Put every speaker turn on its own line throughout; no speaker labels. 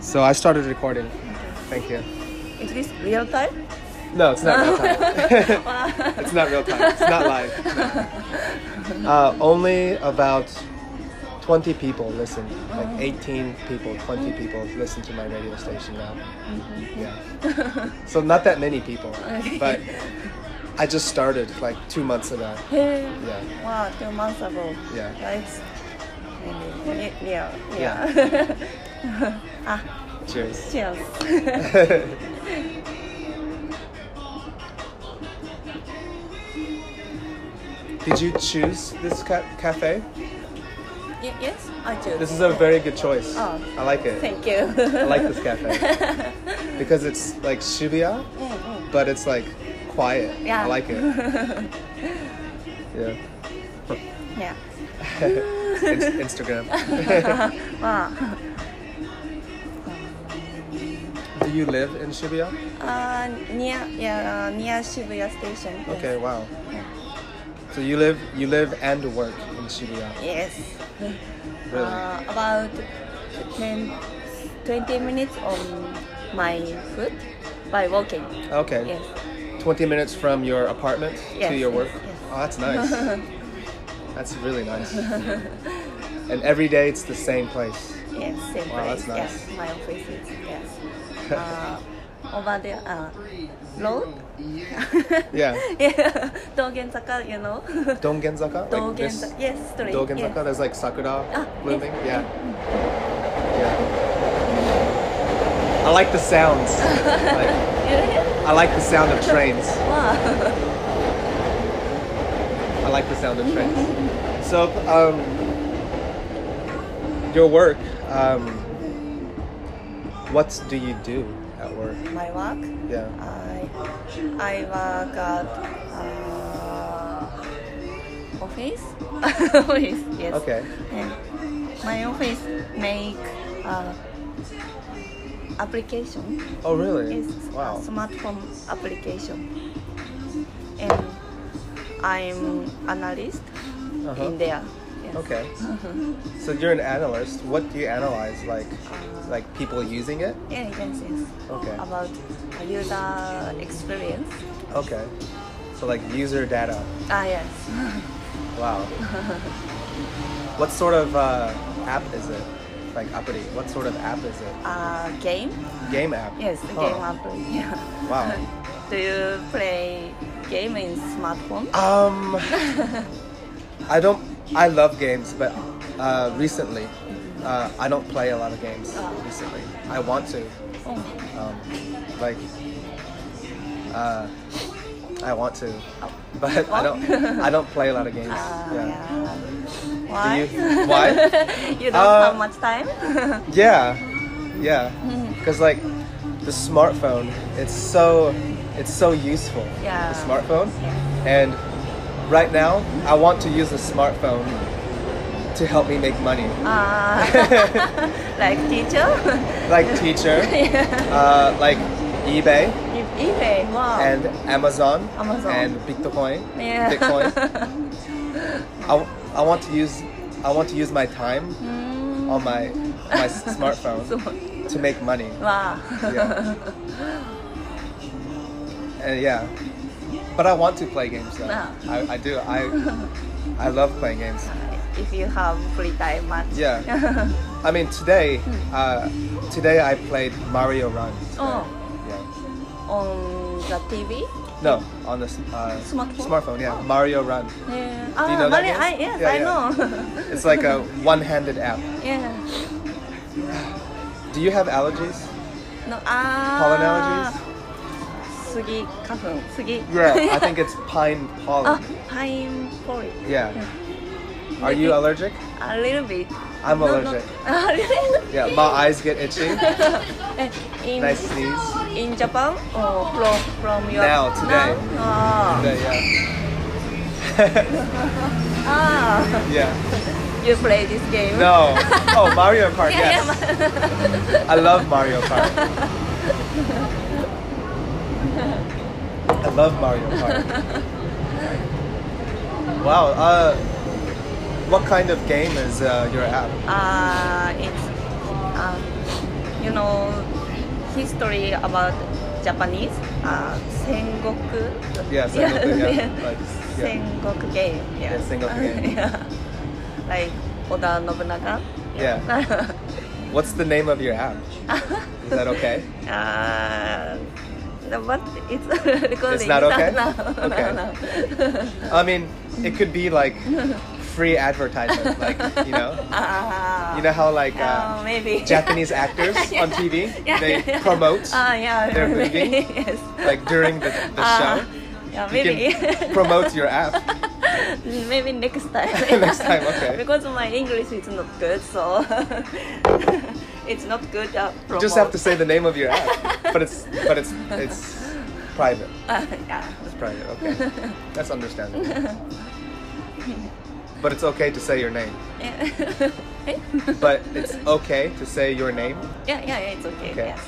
So I started recording. Thank you.
Is this real time?
No, it's not real time. it's not real time. It's not live. Uh, only about 20 people listened. Like 18 people, 20 people listen to my radio station now. Yeah. So not that many people. But I just started like two months ago.
Hey.
Yeah.
Wow, two months ago.
Yeah.
That's really re- real.
Yeah.
Yeah. ah,
Cheers.
cheers.
Did you choose this ca- cafe?
Y- yes, I do.
This is a very good choice.
Oh.
I like it.
Thank you.
I like this cafe because it's like Shibuya, but it's like quiet.
Mm-hmm. Yeah.
I like it. yeah.
yeah.
In- Instagram.
Wow.
Do you live in Shibuya?
Uh, near yeah, uh, near Shibuya Station. yes.
Okay. Wow. So you live you live and work in Shibuya.
Yes.
Really?
Uh, about 10, 20 minutes on my foot by walking.
Okay.
Yes.
20 minutes from your apartment
Yes,
to your
yes,
work.
yes.
Oh, that's nice. that's really nice. and every day it's the same place.
Yes, same
Wow, that's
place. Yes,
nice.
my office is yes. Uh, over the uh, road.
Yeah.
yeah, Dogenzaka, you know.
Dongenzaka? Like this-
Dogenzaka, yes, street.
Dogenzaka,
Yes.
there's like sakura
Ah,
blooming.
yes.
Yeah. yeah. I like the sounds. like,
Yeah.
I like the sound of trains.
Wow.
I like the sound of trains. So, um, your work, um, what do you do at work?
My work.
Yeah.
I I work at uh, office. office. Yes.
Okay.
And my office make uh, application.
Oh, really?
is
Wow.
smartphone application. And I'm analyst
Uh-huh.
in there. Yes.
Okay.
Mm-hmm.
So you're an analyst. What do you analyze? Like, like people using it?
Yeah, yes, yes.
Okay.
About user experience.
Okay. So like user data.
Ah, yes.
Wow. what sort of uh, app is it? Like Uppity. What sort of app is it?
Uh, game?
Game app.
Yes, the
Oh,
game app. Yeah.
Wow.
Do you play game in smartphone?
Um, I don't. I love games, but uh, recently, uh, I don't play a lot of games.
Oh.
Recently, I want to.
Oh,
Um, like, uh, I want to, but I don't. I don't play a lot of games.
ah,
yeah.
yeah. Why?
you- why?
you don't
Uh,
have much time?
Yeah, yeah. Because like the smartphone, it's so it's so useful.
Yeah.
The smartphone, and right now I want to use a smartphone to help me make money,
Ah, like teacher?
like teacher, uh, like eBay
eBay. Wow.
and Amazon,
Oh. Amazon.
and Bitcoin.
Yeah.
Bitcoin. I, I want to use I want to use my time on my my s- smartphone
Mm. So,
to make money.
wow.
Yeah. Uh, yeah. But I want to play games though.
Ah.
I, I do. I I love playing games.
if you have free time much.
Yeah. I mean today
Hmm.
uh, today I played Mario Run. today. Yeah.
Oh. On the TV?
No, on the s- uh,
Smartphone? Oh.
yeah. Mario Run.
Yeah.
you know that
Mario,
game?
Ah, I, yes,
Yeah,
I
yeah.
know.
It's like a one-handed app.
yeah.
Do you have allergies?
No, ah.
Pollen allergies?
Sugi kafun. Sugi.
Yeah. I think it's pine pollen.
ah, pine pollen.
Yeah. Are you allergic?
A little bit.
I'm
No,
allergic.
No. Really?
Yeah, my eyes get itchy.
Eh, in,
Nice sneeze.
in Japan or from, from your
Now, today.
Now? Ah.
Yeah, yeah.
ah.
yeah.
You play this game?
No. Oh, Mario Kart.
Yeah,
yes. I love Mario Kart. I love Mario Kart. Wow. Uh, what kind of game is uh, your app?
uh, it's um, you know history about Japanese, uh, Sengoku.
Yeah, Sengoku, yeah, like, yeah.
Sengoku game. Yeah,
Yeah, Sengoku game.
yeah. Like Oda Nobunaga.
Yeah. What's the name of your app? Is that okay?
uh, no, but it's recording.
not okay?
No, no,
Okay.
no.
I mean, it could be like free advertisement, like you know,
Ah.
you know how like
Oh,
uh,
maybe
Japanese actors on TV
Yeah,
they
yeah, yeah.
promote
Ah, yeah,
their movie,
maybe, yes.
like during the, the
Ah,
show.
Yeah,
You
maybe.
can promote your app.
maybe next time.
Next time, okay.
because my English is not good, so it's not good. Uh,
You just have to say the name of your app, but it's but it's it's private.
Uh, yeah.
It's private. Okay, that's understandable. But it's okay to say your name.
Eh?
But it's okay to say your name.
yeah, yeah, yeah, it's okay.
Okay.
Yes.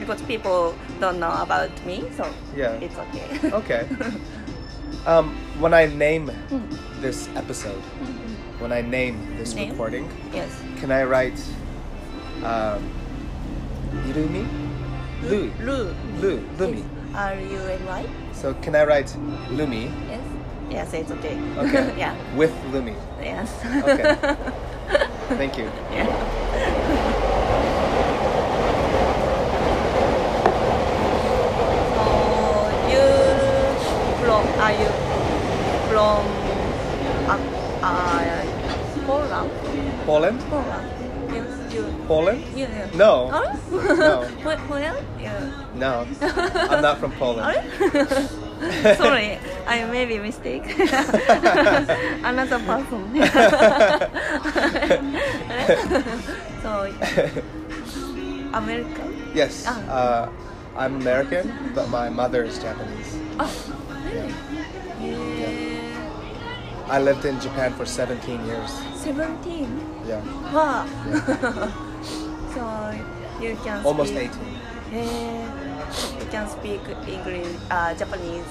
Because people don't know about me, so
Yeah.
it's okay.
Okay. Um, when I name this episode, when I name this
Name?
recording,
yes.
can I write um, Irumi? Lu.
Lu.
Lu. Lumi.
R U M Y.
So can I write Lumi?
Yes. Yes, it's okay.
Okay.
yeah.
With Lumi.
Yes.
Okay. Thank you.
yeah. So Oh, you from are you from uh, uh, Poland?
Poland?
Poland. You you
Poland?
you. you.
No.
Huh?
No.
Po- Poland? Yeah.
No. I'm not from Poland.
Are Sorry, I made a mistake. Another person. so, American?
Yes.
Ah.
Uh, I'm American, but my mother is Japanese.
Oh, really? Yeah.
I lived in Japan for 17 years.
17?
Yeah.
Wow. so, you can
Almost
speak,
18.
Yeah. You can speak English, uh, Japanese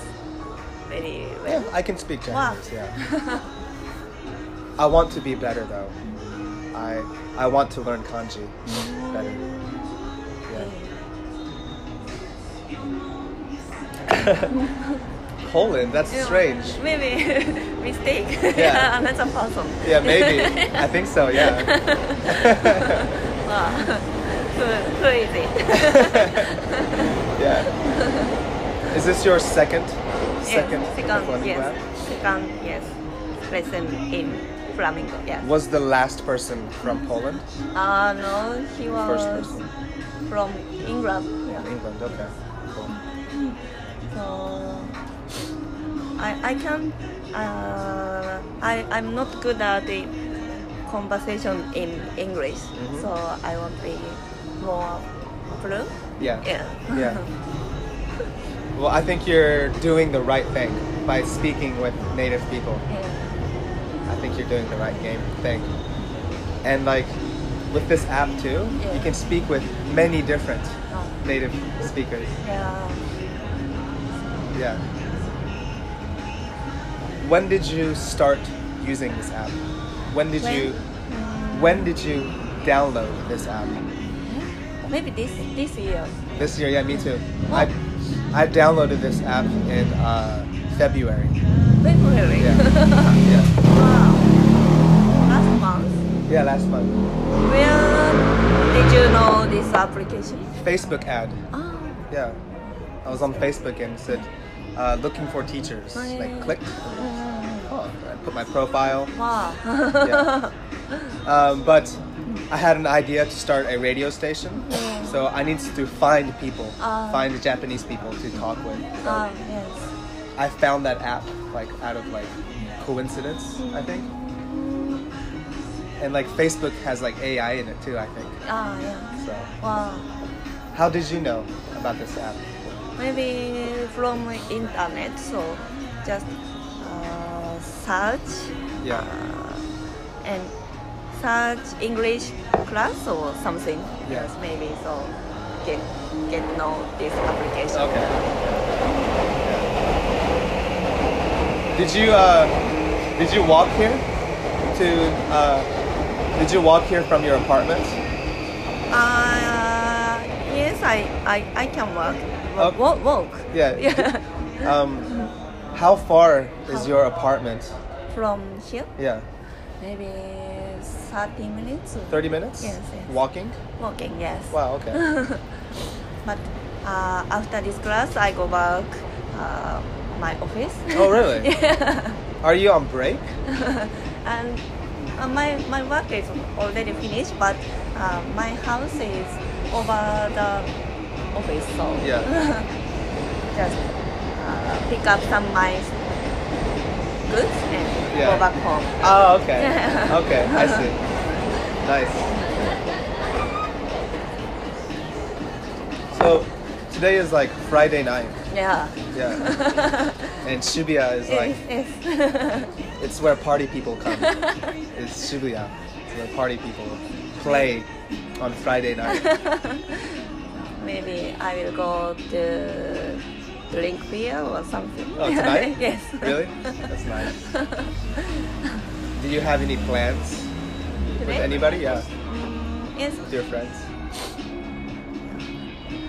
very
Yeah,
well.
I can speak
Wow.
Japanese. Yeah. I want to be better though. I I want to learn kanji better. Yeah. Poland, that's
Yeah,
strange.
Maybe mistake.
Yeah.
another person.
Yeah, maybe. I think so. Yeah.
Wow. Cra- Crazy.
Yeah. Is this your second second
yes. second
performing
yes.
rap?
Second yes. Present in Flamingo. Yes.
Was the last person from Poland?
Uh, no, he was
First person.
from England.
From England. Okay. Cool.
So I I can uh, I I'm not good at the conversation in English.
Mhm.
So I want to be more fluent.
Yeah.
Yeah.
Yeah. Well, I think you're doing the right thing by speaking with native people.
yeah.
I think you're doing the right game thing. And like with this app too, you
Yeah.
can speak with many different
Oh,
native speakers.
yeah.
Yeah. When did you start using this app? When did
When?
you when did you download this app?
Maybe this this year.
This year, yeah, me too. I I downloaded this app in uh, February.
February.
Yeah. Yeah.
wow. Last month.
Yeah, last month.
Where did you know this application?
Facebook ad.
Ah,
Yeah. I was on Facebook and it said, uh, looking for teachers.
Oh, yeah,
And I
yeah.
clicked. Oh, I put my profile.
wow.
Yeah. Um, but I had an idea to start a radio station. So I needed to find people,
Ah.
find Japanese people to talk with. So
Ah, yes.
I found that app like out of like coincidence, I think. And like Facebook has like AI in it too, I think.
Ah, yeah.
So
Wow.
how did you know about this app?
Maybe from internet. So just uh, search
Yeah.
uh, and search English class or something.
Yes.
Maybe so get get know this application.
Okay. Did you uh, did you walk here to uh, did you walk here from your apartment?
Uh, yes, I, I, I can walk.
Uh,
walk, walk.
yeah.
yeah.
Um, how far is your apartment?
From here,
Yeah,
maybe 30 minutes.
30 minutes?
Yes, yes.
Walking?
Walking, yes.
Wow, okay.
But uh, after this class, I go back uh, my office.
Oh, really?
yeah.
Are you on break?
and uh, my my work is already finished, but uh, my house is over the office, so
Yeah.
just uh, pick up some my goods and
Yeah.
go back home.
Oh, okay.
Yeah.
Okay, I see. Nice. So today is like Friday night.
Yeah.
Yeah. And Shibuya is like,
yes, yes.
it's where party people come. It's Shibuya. It's where party people play on Friday night.
Maybe I will go to drink beer or something.
Oh, tonight?
yes.
Really? That's nice. Do you have any plans with
Today?
anybody? Yeah.
Yes,
With your friends?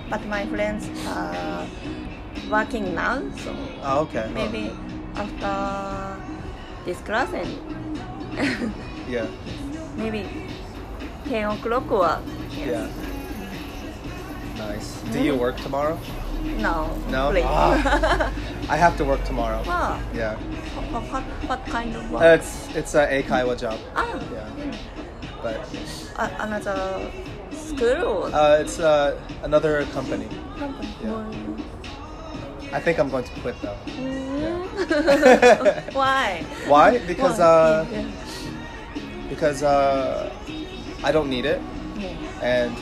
but my friends are working now, so
Oh, okay.
maybe after this class and
Yeah.
maybe 10 o'clock or
Yeah. Nice. Do
Mm-hmm.
you work tomorrow?
no,
No?
please.
Ah. I have to work tomorrow.
wow.
Yeah.
Ah, What, what, what kind of work?
Uh, it's it's a Eikaiwa job.
ah,
Yeah. But
a- another school or
uh, it's uh, another company.
company?
yeah.
Mm.
I think I'm going to quit though.
Mm. Why?
Why? Because
Why?
uh,
Yeah.
because uh, I don't need it,
Yeah.
and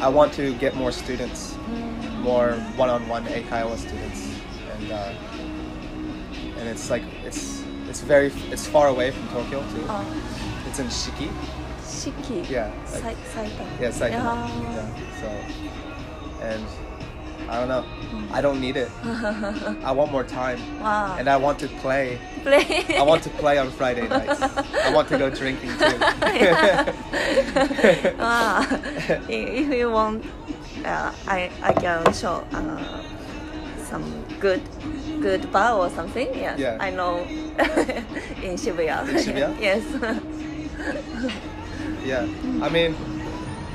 I want to get more students,
Mm.
more one-on-one Eikaiwa students, and uh, and it's like it's it's very it's far away from Tokyo too.
Uh,
It's in Shiki.
Shiki.
Yeah,
Sai-
like-
Saitama.
Yes, I can.
Yeah.
Yeah, so, and I don't know. I don't need it. I want more time,
Mm. Wow.
and I want to play.
play.
I want to play on Friday nights. I want to go drinking too.
wow. Ah, I- If you want, uh, I I can show uh, some good good bar or something. Yes,
Yeah.
I know in Shibuya.
In Shibuya?
yes.
yeah, I mean,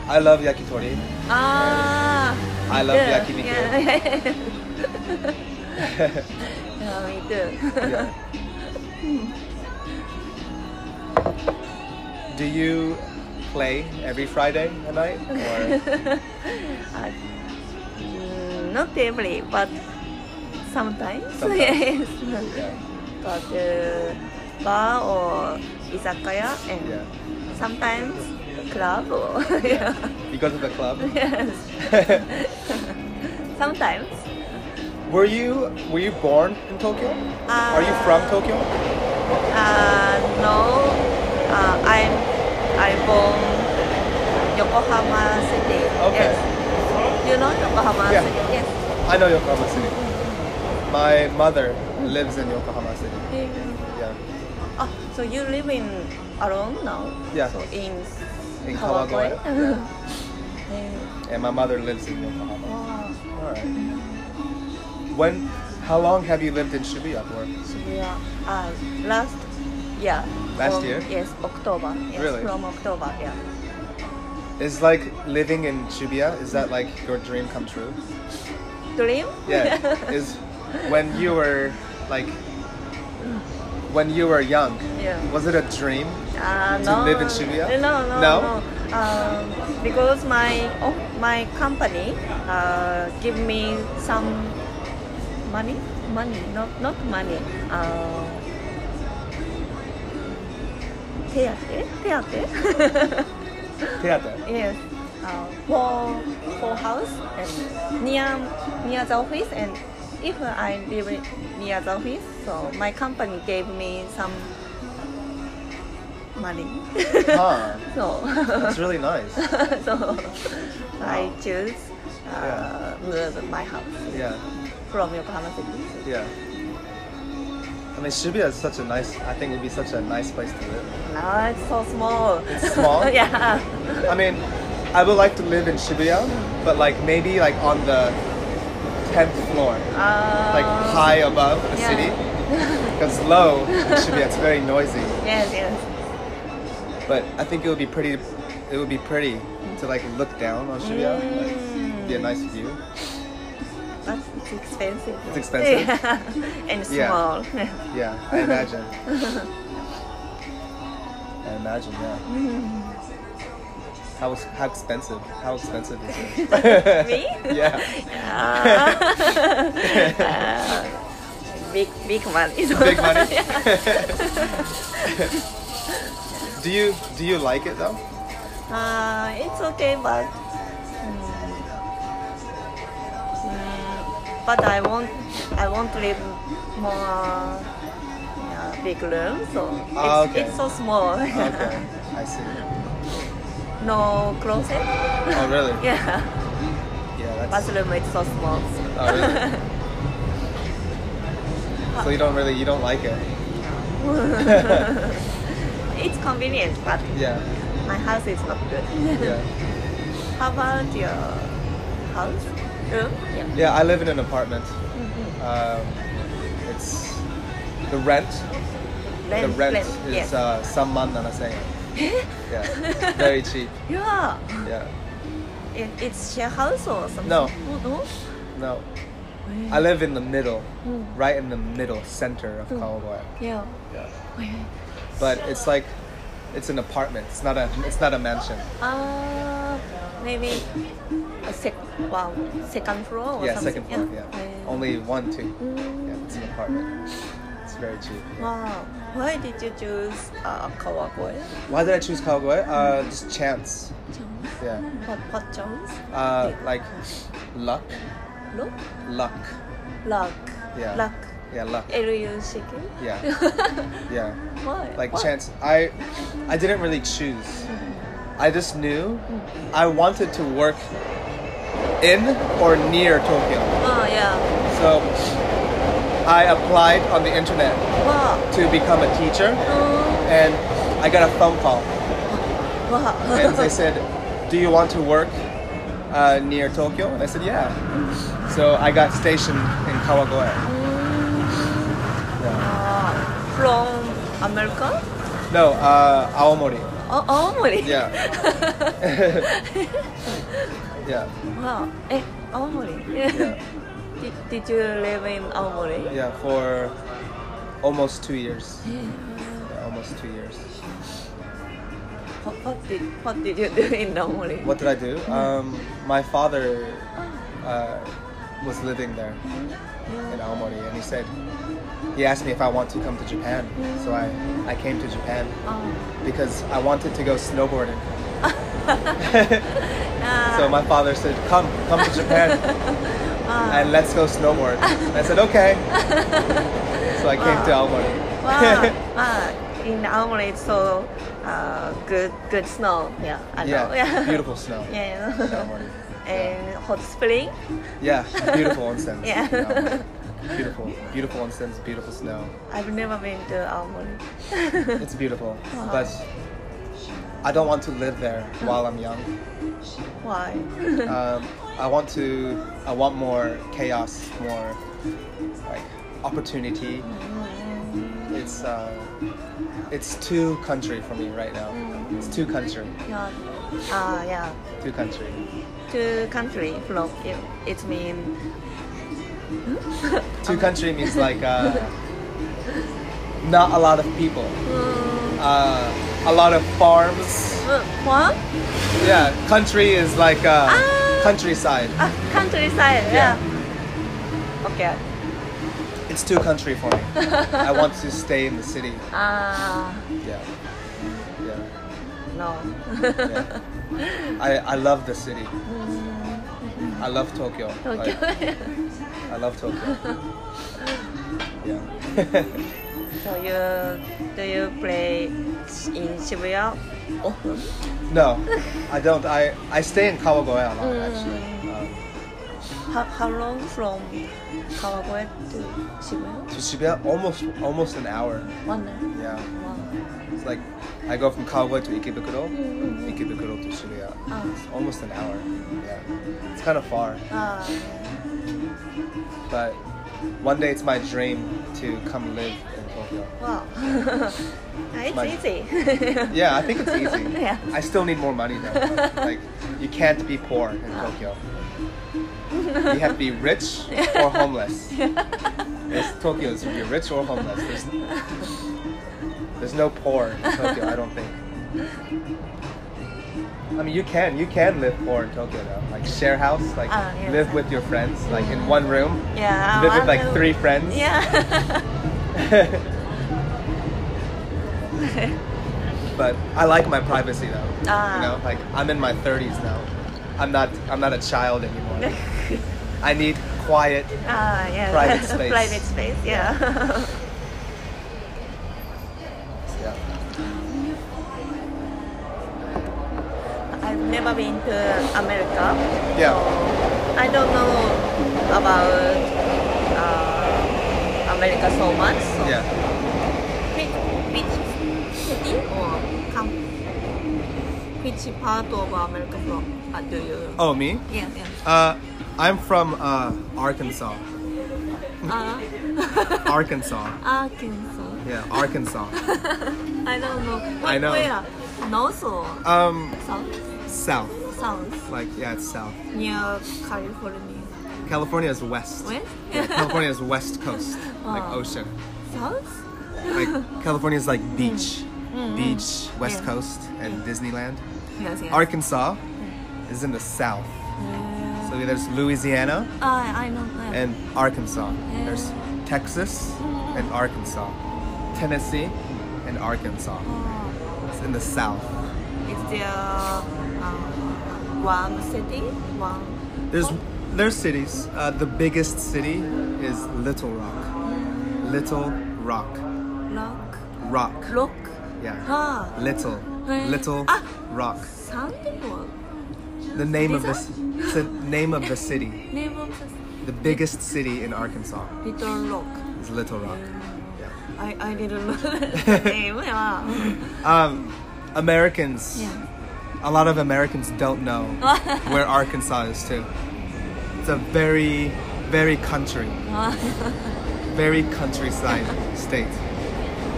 I love yakitori.
ah.
I love
yeah,
yakiniku.
Yeah. yeah, me too.
Yeah. Do you play every Friday at night? Or?
I- Uh, mm, not every, but sometimes.
Sometimes.
yes.
Yeah,
But uh, bar or izakaya and
yeah.
sometimes club or yeah.
You go to the club.
yes. sometimes.
Were you were you born in Tokyo? Are you from Tokyo?
Uh, no, uh, I'm I'm born Yokohama City.
Okay.
Yes. You know Yokohama
Yeah.
City. Yes.
I know Yokohama City. My mother lives in Yokohama City. Yeah.
Ah, so you live in alone now?
Yeah.
So in
In Kawagoe.
Eh,
And my mother lives in Yokohama.
wow,
Alright. When how long have you lived in Shibuya for?
Shibuya. Ah, last year.
Last
from-
year?
Yes, October. Yes,
Really?
From October, yeah.
Is like living in Shibuya, is that like your dream come true?
Dream?
Yeah. is when you were like when you were young,
Yeah.
was it a dream?
Ah,
to
no.
live in Shibuya?
Eh, No, no,
No?
Um, because my oh, my company uh, give me some money, money, not not money. Uh, 手当手当
Theater.
Yes. Uh, for for house and near near the office and if I live near the office, so my company gave me some money.
Huh.
so
That's really nice.
so I choose uh, move my house
Yeah.
from Yokohama City.
Yeah. I mean, Shibuya is such a nice. I think it would be such a nice place to live.
Now it's so small.
It's small?
yeah.
I mean, I would like to live in Shibuya, but like maybe like on the tenth floor,
Uh,
like high above the
yeah.
city. Because low in Shibuya, it's very noisy.
Yes, yes.
But I think it would be pretty. It would be pretty to like look down on Shibuya. Like, be a nice view.
That's it's expensive.
It's expensive?
Yeah. and
Yeah.
small.
Yeah, I imagine. I imagine, yeah. How, ex- how expensive? How expensive is it?
Me?
yeah,
Ah. big, big money.
big money.
Yeah.
do you do you like it though?
Uh, it's okay, but mm, mm, but I want I want to live more uh, big room, so it's,
Ah, okay.
it's so small.
Okay, I see.
no closet.
Oh really?
yeah,
Yeah, that's.
bathroom is so small.
Oh really? So you don't really you don't like it?
it's convenient, but
Yeah,
my house is not good.
yeah,
How about your house room? Yeah.
yeah. I live in an apartment.
Mm-hmm.
Um, it's the rent. The
Rent,
rent
rent,
is
yes.
uh, samman nanasei. Yeah, very cheap.
yeah.
Yeah.
It, it's share house or something? Oh,
No.
No?
No. I live in the middle, right in the middle center of Kawagoe.
Yeah.
Yeah. But it's like it's an apartment. It's not a it's not a mansion.
Uh, maybe a sec- wow, second floor or
yeah,
something.
second floor, yeah. Hmm. Only one, two. Yeah, it's an apartment. It's very cheap.
Wow. Why did you choose uh, Kawagoe?
Why did I choose Kawagoe? Uh, just chance. Yeah.
What, what chose?
Uh, like luck.
Look?
Luck.
Luck.
Yeah.
Luck.
Yeah, luck.
L-U-C-K?
Yeah. Yeah.
Why?
like
Why?
chance i i didn't really choose i just knew i wanted to work in or near tokyo
Oh, yeah.
so i applied on the internet
Wow.
to become a teacher
Oh,
and i got a phone call
wow.
and they said do you want to work uh, near tokyo and i said yeah so i got stationed in kawagoe Yeah.
Ah, From America?
no uh, aomori
Oh, Aomori?
yeah yeah
Wow. Eh, Aomori.
Yeah.
did, did you live in Aomori?
Yeah, for almost two years. Yeah, almost two years.
What, what did what did you do in Aomori?
What did I do? Um, my father uh, was living there in Aomori, and he said he asked me if I want to come to Japan. So I, I came to Japan
Oh.
because I wanted to go snowboarding.
Ah,
So my father said, "Come, come to Japan,
Uh.
and let's go snowboard." And I said, "Okay." So I came to Aomori.
wow. ah, in Aomori it's so uh, good good snow. Yeah, I know.
yeah, beautiful snow.
yeah.
in Aomori. Yeah.
And hot spring.
Yeah, beautiful onsen.
Yeah.
Beautiful, beautiful onsens, beautiful snow.
I've never been to Aomori.
It's beautiful, but I don't want to live there while I'm young.
Why?
Um, I want to, I want more chaos, more like opportunity.
Mm-hmm.
It's uh, it's too country for me right now.
Mm.
It's too country,
yeah. Ah, yeah.
too country.
To country from it, it means
Too country means like uh, not a lot of people, uh, a lot of farms.
what?
Yeah, country is like uh,
Ah.
countryside.
Ah, countryside. Yeah.
Yeah.
Okay.
It's too country for me. I want to stay in the city.
Ah,
Yeah, yeah.
no.
yeah. I, I love the city. I love Tokyo.
Tokyo.
Like, I love Tokyo. Yeah.
so you do you play in Shibuya often?
no, I don't. I, I stay in Kawagoe a lot actually. Um,
How, how long from Kawagoe to Shibuya?
to Shibuya, almost almost an hour.
One night.
Yeah,
One.
it's like I go from Kawagoe to Ikebukuro, Ikebukuro to Shibuya.
Ah,
It's almost an hour. Yeah. It's kind of far.
Ah,
But one day it's my dream to come live in Tokyo.
wow. Ah, it's
My-
easy.
Yeah, I think it's easy.
Yeah.
I still need more money though. like you can't be poor in
Oh.
Tokyo. You have to be rich or homeless. It's Tokyo is you're rich or homeless. There's, there's no poor in Tokyo, I don't think. I mean, you can you can live poor in Tokyo though, like share house, like
Ah, yes.
live with your friends, like in one room,
yeah. I
live with
want
like
to-
three friends.
Yeah.
but I like my privacy though.
Ah.
You know, like I'm in my 30s now. I'm not I'm not a child anymore. I need quiet.
ah, yeah.
Private space.
Private space, yeah.
Yeah.
I've never been to America.
Yeah.
So I don't know about uh, America so much. So
Yeah.
Which, which city or country? Which part of America from? Uh, do you?
Oh, me?
Yeah, yeah.
Uh, I'm from uh, Arkansas.
Uh,
Arkansas.
Arkansas.
Yeah, Arkansas.
I don't know.
I know.
Where? North or
Um,
south?
south.
South.
Like yeah, it's south.
Near California.
California is west.
West?
Yeah, California is west coast, like
Wow.
ocean.
South?
Like California is like beach, beach, west
Mm-hmm. Yeah.
coast, and Disneyland.
Yes, yes.
Arkansas is in the south.
Yeah.
So there's Louisiana
I, I know. yeah.
and Arkansas. There's
Yeah.
Texas and Arkansas. Tennessee and Arkansas.
Oh.
It's in the south.
Is there uh, one city? One.
There's there's cities. Uh, the biggest city is Little Rock. Little Rock.
Rock.
Rock.
Rock.
Yeah.
Ah.
Little.
Hey.
Little
Ah.
Rock.
Something or
The name of this
Lisa?
it's the name of the city.
name of the
The biggest city in Arkansas
Little Rock.
is Little Rock. Yeah.
I, I didn't know the name. Yeah.
Um, Americans.
Yeah.
A lot of Americans don't know where Arkansas is too. It's a very, very country, very countryside state.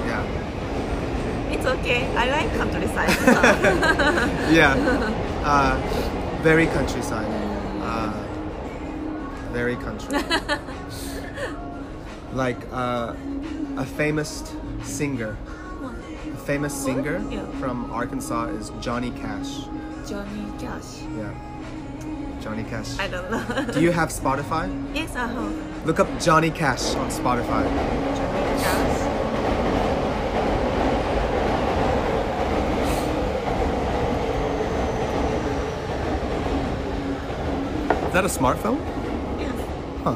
Yeah,
It's okay. I like countryside.
yeah. Uh, very countryside. Uh, very country. like uh, a famous singer. A famous singer
Yeah.
from Arkansas is Johnny Cash.
Johnny Cash.
Yeah. Johnny Cash.
I don't know.
Do you have Spotify?
yes, I have.
Look up Johnny Cash on Spotify.
Johnny Cash.
Is that a smartphone?
Yes.
Huh.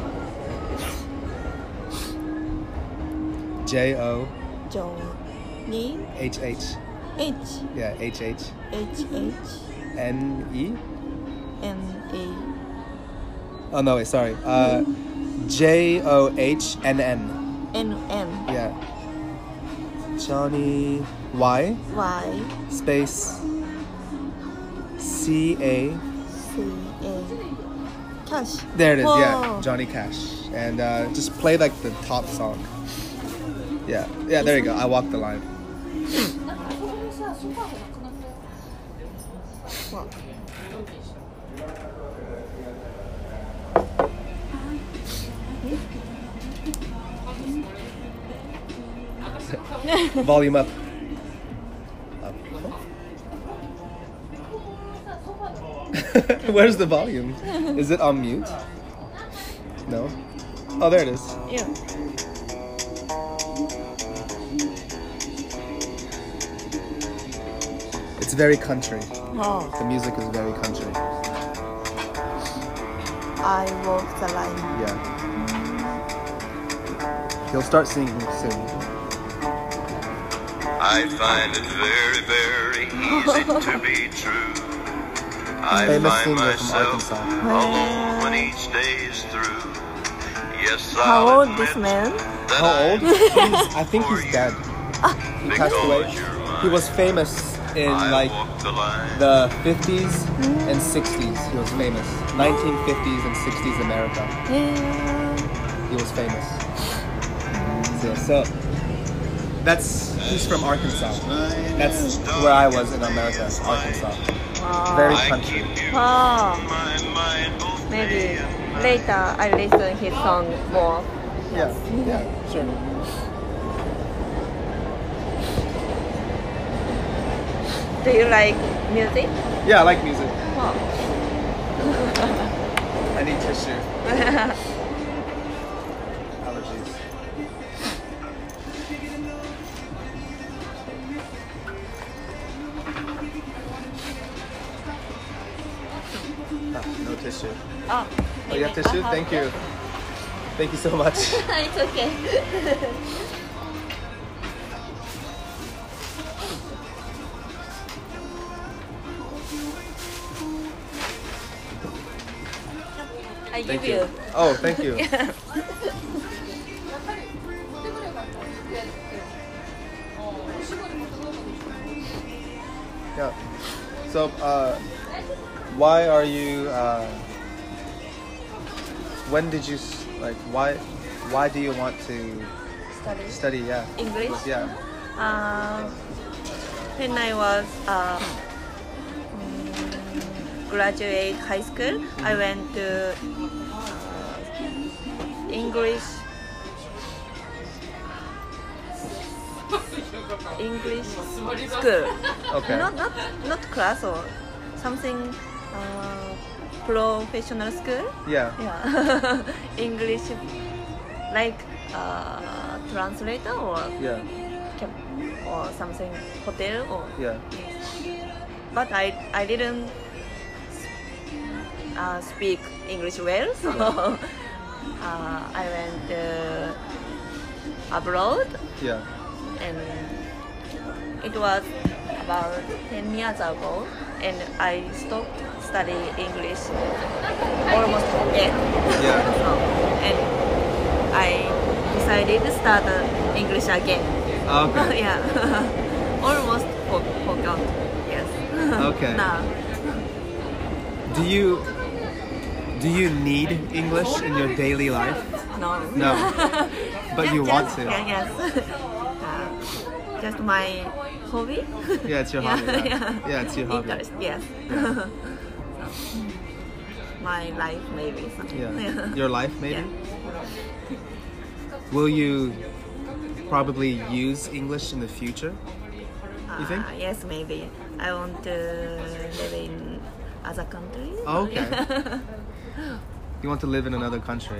J O
Johnny
H H.
H
Yeah, H H
H H
N E.
M A.
Oh no, wait, sorry. Uh, J O H N N.
N N
Yeah. Johnny Y
Y
space C A.
C A. Cash.
There it is. Yeah,
Whoa.
Johnny Cash, and uh, just play like the top song. Yeah, yeah. There you go. I walked the line. Volume up. Up. Where's the volume? Is it on mute? No. Oh, there it is.
Yeah.
It's very country.
Oh,
The music is very country.
I walk the line.
Yeah. He'll start singing soon.
I find it very, very easy to be true. I
Famous
find
singer from
myself
Arkansas.
alone when each day's through. Yes,
How
I'll
old
admit
this man?
that
How old?
I'm
He's, I think he's dead. He passed away.
because you're
He
mine.
was famous in
I
like
walked the line.
the 50s and 60s. He was famous. 1950s and 60s America.
Yeah.
He was famous. So, so that's he's from Arkansas. That's where I was in America, Arkansas. Very
Wow.
I
country.
keep you
Wow.
in my mind both day
Maybe
and
later I listen his song more.
Yeah, yeah, sure.
Do you like music?
Yeah, I like music.
Oh.
I need tissue. Allergies. Ah, no tissue.
oh.
Oh, you have tissue? Thank you. Thank you so much.
it's okay. I give
Thank
you.
you. Oh, thank you. Yeah. So, uh, why are you? Uh, when did you s- like? Why? Why do you want to
Study.
study? Yeah.
English?
Yeah.
Um, when I was uh, mm, graduate high school, I went to uh, English English school.
Okay.
Not not not class or something uh, professional school.
Yeah.
Yeah, English like uh, translator or
Yeah.
camp or something hotel or
Yeah.
but I I didn't uh, speak English well so uh, I went uh, abroad
Yeah.
and it was about 10 years ago and I stopped studying English almost yet
Yeah.
so, and I decided to start uh, English again
Okay.
yeah. Almost for, forgot. Yes.
Okay.
nah.
Do you do you need English in your daily life?
No.
No. But
Just-
you want to.
just- Yeah, yes. Uh, just my hobby.
Yeah, it's your hobby. Yeah. Yeah, it's your hobby.
Interest, yes. So, my life, maybe. Something.
Yeah. Your life, maybe.
Yeah.
Will you probably use English in the future? You think?
Uh, yes, maybe. I want to live in other country.
Oh, okay. You want to live in another country?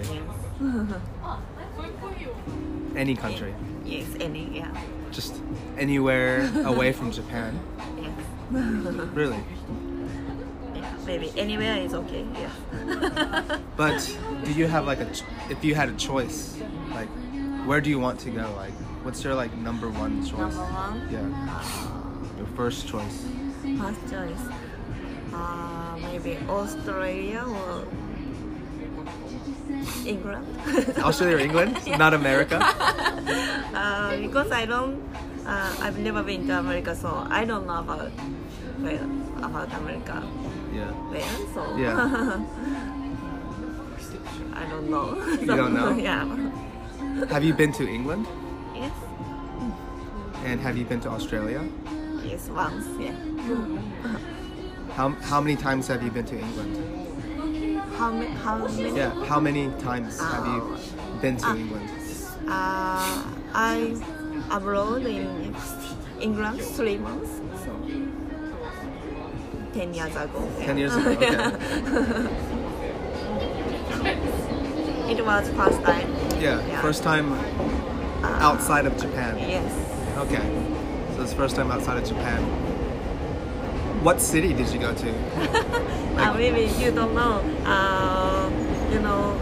Any country?
yes, any, yeah.
Just anywhere away from Japan?
Yes.
Really?
Yeah, maybe anywhere is okay. Yeah.
But do you have like a ch- if you had a choice, like where do you want to go? Like what's your like number one choice?
Number one,
Yeah. Your first choice.
first choice, uh, maybe Australia or England.
Australia or England? Not America?
uh, because I don't, uh, I've never been to America, so I don't know about well about America
Yeah.
well. So
Yeah.
I don't know.
You don't know?
yeah.
Have you been to England?
Yes.
And have you been to Australia?
Yes. Once. Yeah.
How, how many times have you been to England?
How many? How many?
Yeah, how many times have you been
Ah.
to England?
Uh, I abroad in England three months, so ten years ago.
10 years ago,
it was first time.
Yeah,
Yeah.
first time outside of Japan.
Yes.
Okay, so it's first time outside of Japan. What city did you go to?
Uh, maybe you don't know. Uh, you know,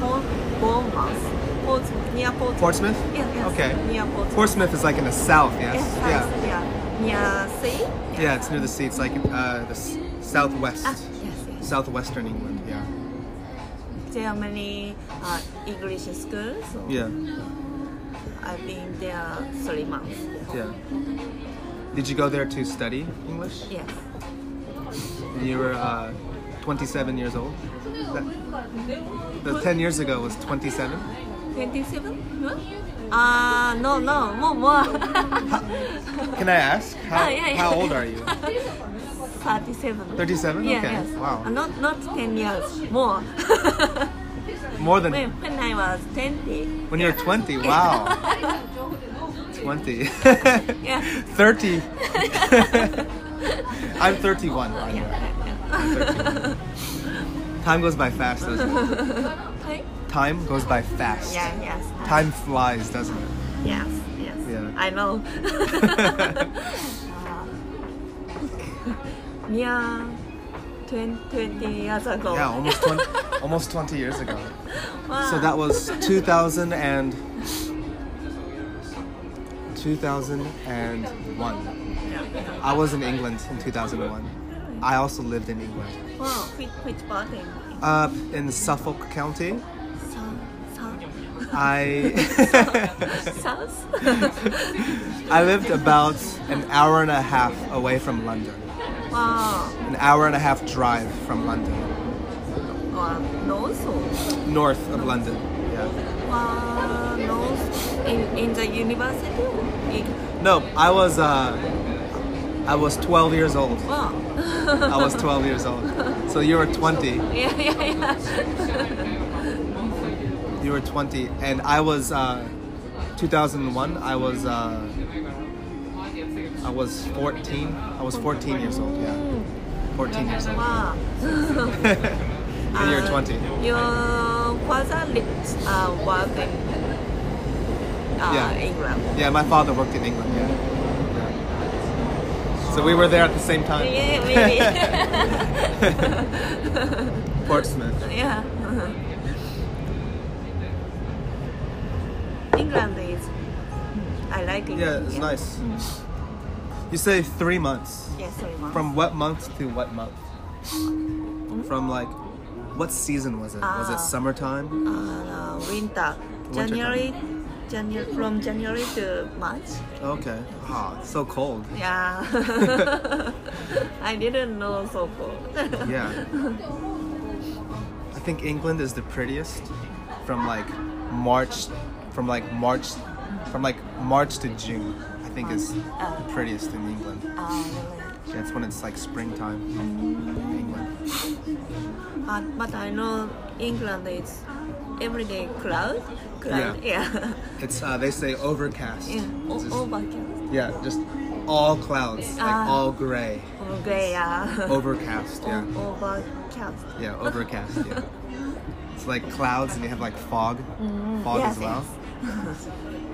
Port Bournemouth, Port near Port.
Portsmouth?
Yeah. Yes,
Okay.
Near Port.
Portsmouth is like in the south, yes?
Yes.
yeah.
Yeah. Near sea.
Yeah, it's near the sea. It's like uh, the s- southwest,
Ah, yes. Yes.
southwestern England, yeah.
There are many uh, English schools. So
Yeah,
I've been there three months.
yeah. Did you go there to study English?
Yes.
And you were uh, 27 years old. That, the 10 years ago was 27.
27? Huh? Ah, no, no, more, more.
Can I ask how,
Oh, yeah, yeah.
how old are you?
37.
37.
Yeah,
okay.
yes. Uh,
Wow.
Not, not 10 years, more.
More than
when, when I was 20.
when you're 20. Wow. 20.
Yeah.
30. I'm 31. by the way. Time goes by fast, doesn't it?
Hi.
Time goes by fast.
Yeah, yes. hi.
Time flies, doesn't it?
Yes, yes.
Yeah.
I know. Near 20, 20 years ago.
Yeah, almost 20, almost 20 years ago.
Wow.
So that was 2000 and 2001. I was in England in 2001. I also lived in England,
Wow, which, which part in
uh, in Suffolk County.
South? South?
I
South?
I lived about an hour and a half away from London,
wow.
an hour and a half drive from London,
Wow. North? or-
north of London. Yeah.
Wow. North? In, in the university? or In,
No, I was uh, I was 12 years old.
wow.
I was 12 years old. So you were 20.
yeah, yeah, yeah.
You were 20, and I was uh, 2001. I was uh, I was 14. I was 14 years old. Yeah, 14 years old.
Wow.
And you're 20.
Your father lives, uh, work in uh,
Yeah.
England.
Yeah, my father worked in England. Yeah. yeah. So we were there at the same time.
Yeah, maybe.
Portsmouth.
yeah. Uh-huh. England is. I like England.
Yeah, it's nice. You say three months.
Yeah, sorry, mom.
From what month to what month? From like, what season was it? Was
Ah.
it summertime?
uh,
Winter
winter. January, January from January to March.
Okay. Ah, it's so cold.
Yeah. I didn't know so cold.
Yeah. I think England is the prettiest from like March, from like March, from like March to June. I think is the prettiest in England.
Uh,
That's when it's like springtime in England.
but, but I know England is every day cloud. Cloud. Yeah. Yeah.
It's uh, they say overcast.
O-
It's just-
overcast.
yeah, just all clouds, like
Ah.
all gray,
Okay. Yeah.
overcast. Yeah,
O- overcast.
yeah, overcast. Yeah, it's like clouds, and you have like fog, fog
Mm-hmm. yeah,
as well.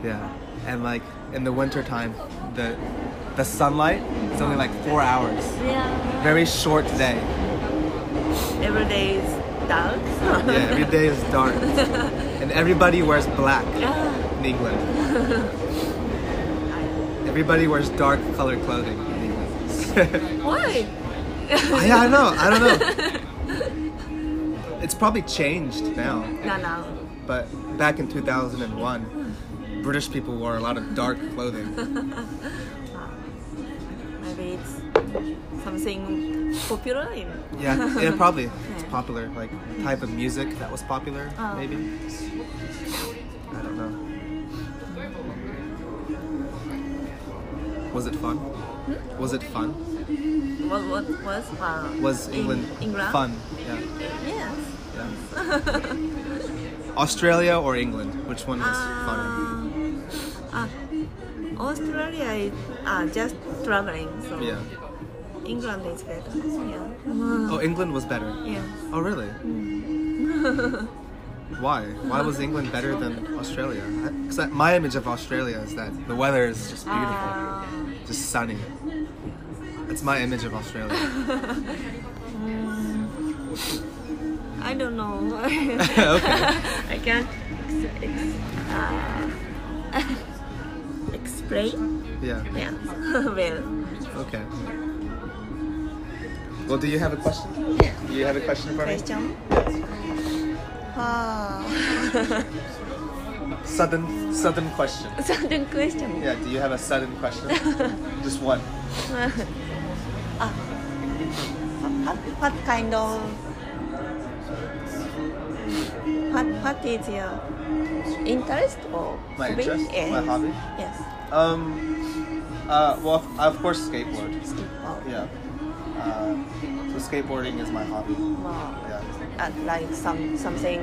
yeah, and like in the wintertime, the the sunlight is only like four hours.
Yeah.
Very short day.
Every day is dark.
Yeah, every day is dark, and everybody wears black
yeah.
in England. Everybody wears dark colored clothing. Anyways.
Why?
yeah, I know. I don't know. It's probably changed now,
No, no.
but back in 2001, British people wore a lot of dark clothing.
Maybe it's something popular in.
Yeah, yeah, probably. It's popular, like type of music that was popular,
Oh.
maybe. I don't know. Was it fun?
Hmm?
Was it fun?
What, what was uh,
Was
in
England,
England?
fun? Yeah.
Yes.
Yeah. Australia or England? Which one was funner?
Uh, uh, Australia is uh, just traveling, so
Yeah.
England is better. Yeah.
Oh, England was better.
Yes.
Oh, really? Why? Why was England better than Australia? Because my image of Australia is that the weather is just beautiful,
Uh,
just sunny. That's my image of Australia.
I don't know.
okay.
I can't ex- ex- uh, explain.
Yeah.
Yeah. well.
Okay. Well, do you have a question?
Yeah.
Do you have a question for me?
Question. Ah.
Sudden, sudden question.
Sudden question.
Yeah, do you have a sudden question? Just one.
Ah, what, what kind of what what is your interest or
My
hobby?
interest? My
Yes.
hobby?
Yes.
Um, uh, well, of course, skateboard.
Skateboard.
Yeah. Uh, so skateboarding is my hobby.
Wow.
Yeah.
at like some something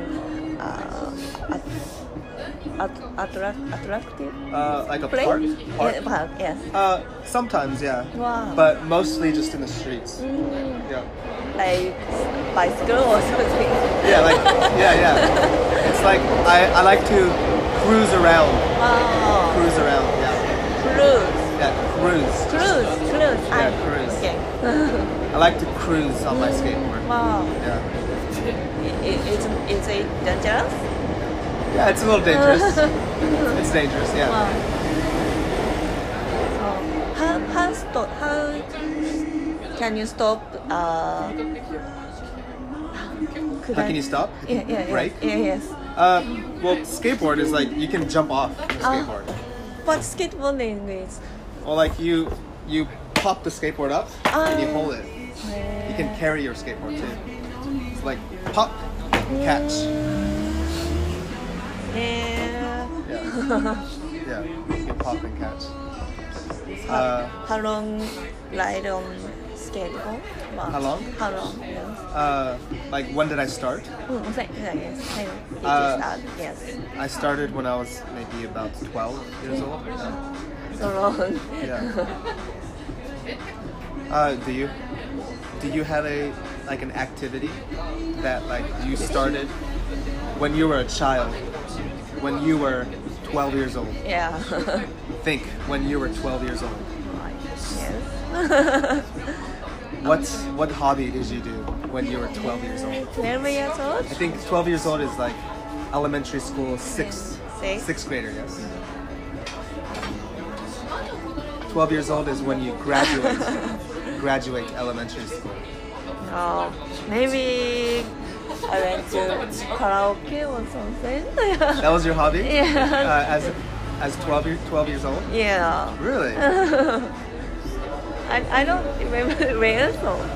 uh, at, at, attract, attractive
Uh, like a
place?
park.
Yeah,
Park.
park, yes.
Uh, sometimes, yeah.
Wow.
But mostly just in the streets.
Mm,
Yeah.
like bicycle or something.
Yeah, like yeah, yeah. It's like I, I like to cruise around,
Wow.
cruise around. Yeah,
Oh, Cruise.
yeah, cruise.
Cruise. Cruise.
Yeah,
I-
cruise.
Okay.
I like to cruise on my skateboard.
Mm. wow.
Yeah,
Is, is, is it dangerous?
yeah. It's a little dangerous. it's dangerous. Yeah.
Wow. So how how stop how can you stop uh could
How
I-
can you stop?
Yeah, yeah,
Break?
Yeah, yeah, yes.
Uh, well, skateboard is like you can jump off the
Ah.
skateboard.
But skateboarding is
Well, like you you pop the skateboard up and you
Ah.
hold it. You can carry your skateboard too. It's like pop, catch.
yeah.
Yeah. yeah. You can pop and catch. Uh,
how long ride on skateboard? Well,
How long?
How long? Yes.
uh, like when did I start?
Mm, okay, yeah, yes. Hey, it is
Uh,
that, yes.
I started when I was maybe about 12 years old. Yeah.
So long.
Yeah. Uh, do you do you have a like an activity that like you started when you were a child? When you were 12 years old.
yeah.
Think when you were 12 years old.
yes.
What what hobby did you do when you were 12 years old?
12 years old?
I think 12 years old is like elementary school, sixth,
Six.
sixth grader, yes. 12 years old is when you graduate, graduate elementary school.
Oh, maybe I went to karaoke or something.
That was your hobby?
Yeah.
Uh, as, as 12, year, 12 years old?
yeah.
Really?
I, I don't remember where, so. mm,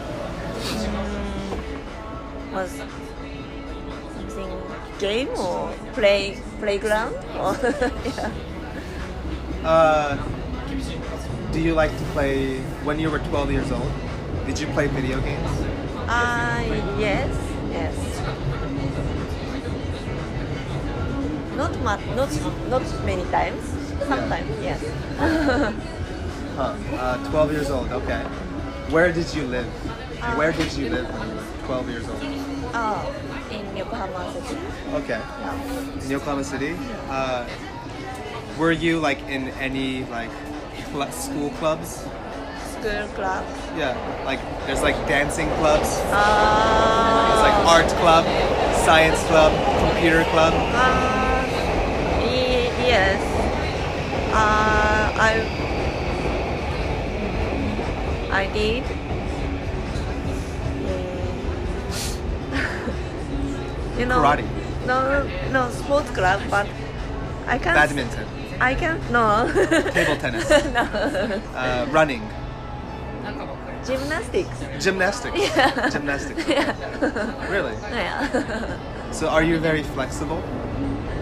was something game or play playground or yeah.
Uh, do you like to play, when you were 12 years old, did you play video games?
Ah, yes, yes. Not much, not not many times. Sometimes, yes.
Huh. Uh, 12 years old, okay. Where did you live? Where did you live when you were 12 years old?
oh, in Yokohama City.
Okay.
Yeah.
in Yokohama City. Uh, were you like in any like cl- school clubs?
School club.
Yeah, like there's like dancing clubs,
Ah.
there's like art club, science club, computer club.
Uh, y- yes. Uh, I I did. Mm. you know,
Karate.
No, no, sports club, but I can't.
Badminton,
I can't. No.
table tennis,
no.
uh, running,
Gymnastics.
gymnastics,
Yeah.
gymnastics.
Yeah.
Really?
yeah.
So are you very flexible?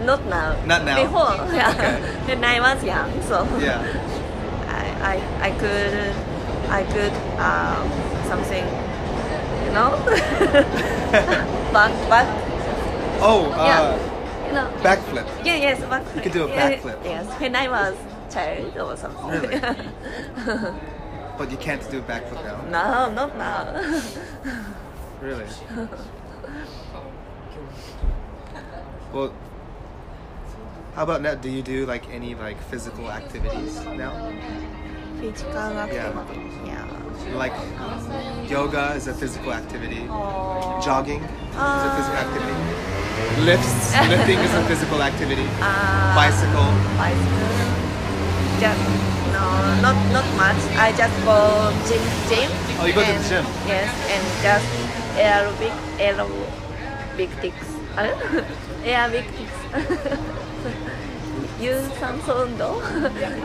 Not now.
Not now.
Before, yeah.
Okay.
When I was young, so
Yeah.
I, I, I could, I could um, something, you know, back, back,
Oh, uh,
you know.
backflip.
Yeah, yes, back. You
could do a backflip.
Yes, when I was child or something.
Really? But you can't do backflip now.
no, not now.
Really? well, how about now? Do you do like any like physical activities now?
Physical activity. Yeah.
Like yoga is a physical activity.
Oh.
Jogging is a physical
Uh,
activity. Lifts, lifting is a physical activity.
Uh,
Bicycle.
bicycle. Just no, not not much. I just go gym, gym.
Oh, you go to the
and-
gym.
Yes, and just aerobic, aerobic tics. aerobic tics. 有酸素運動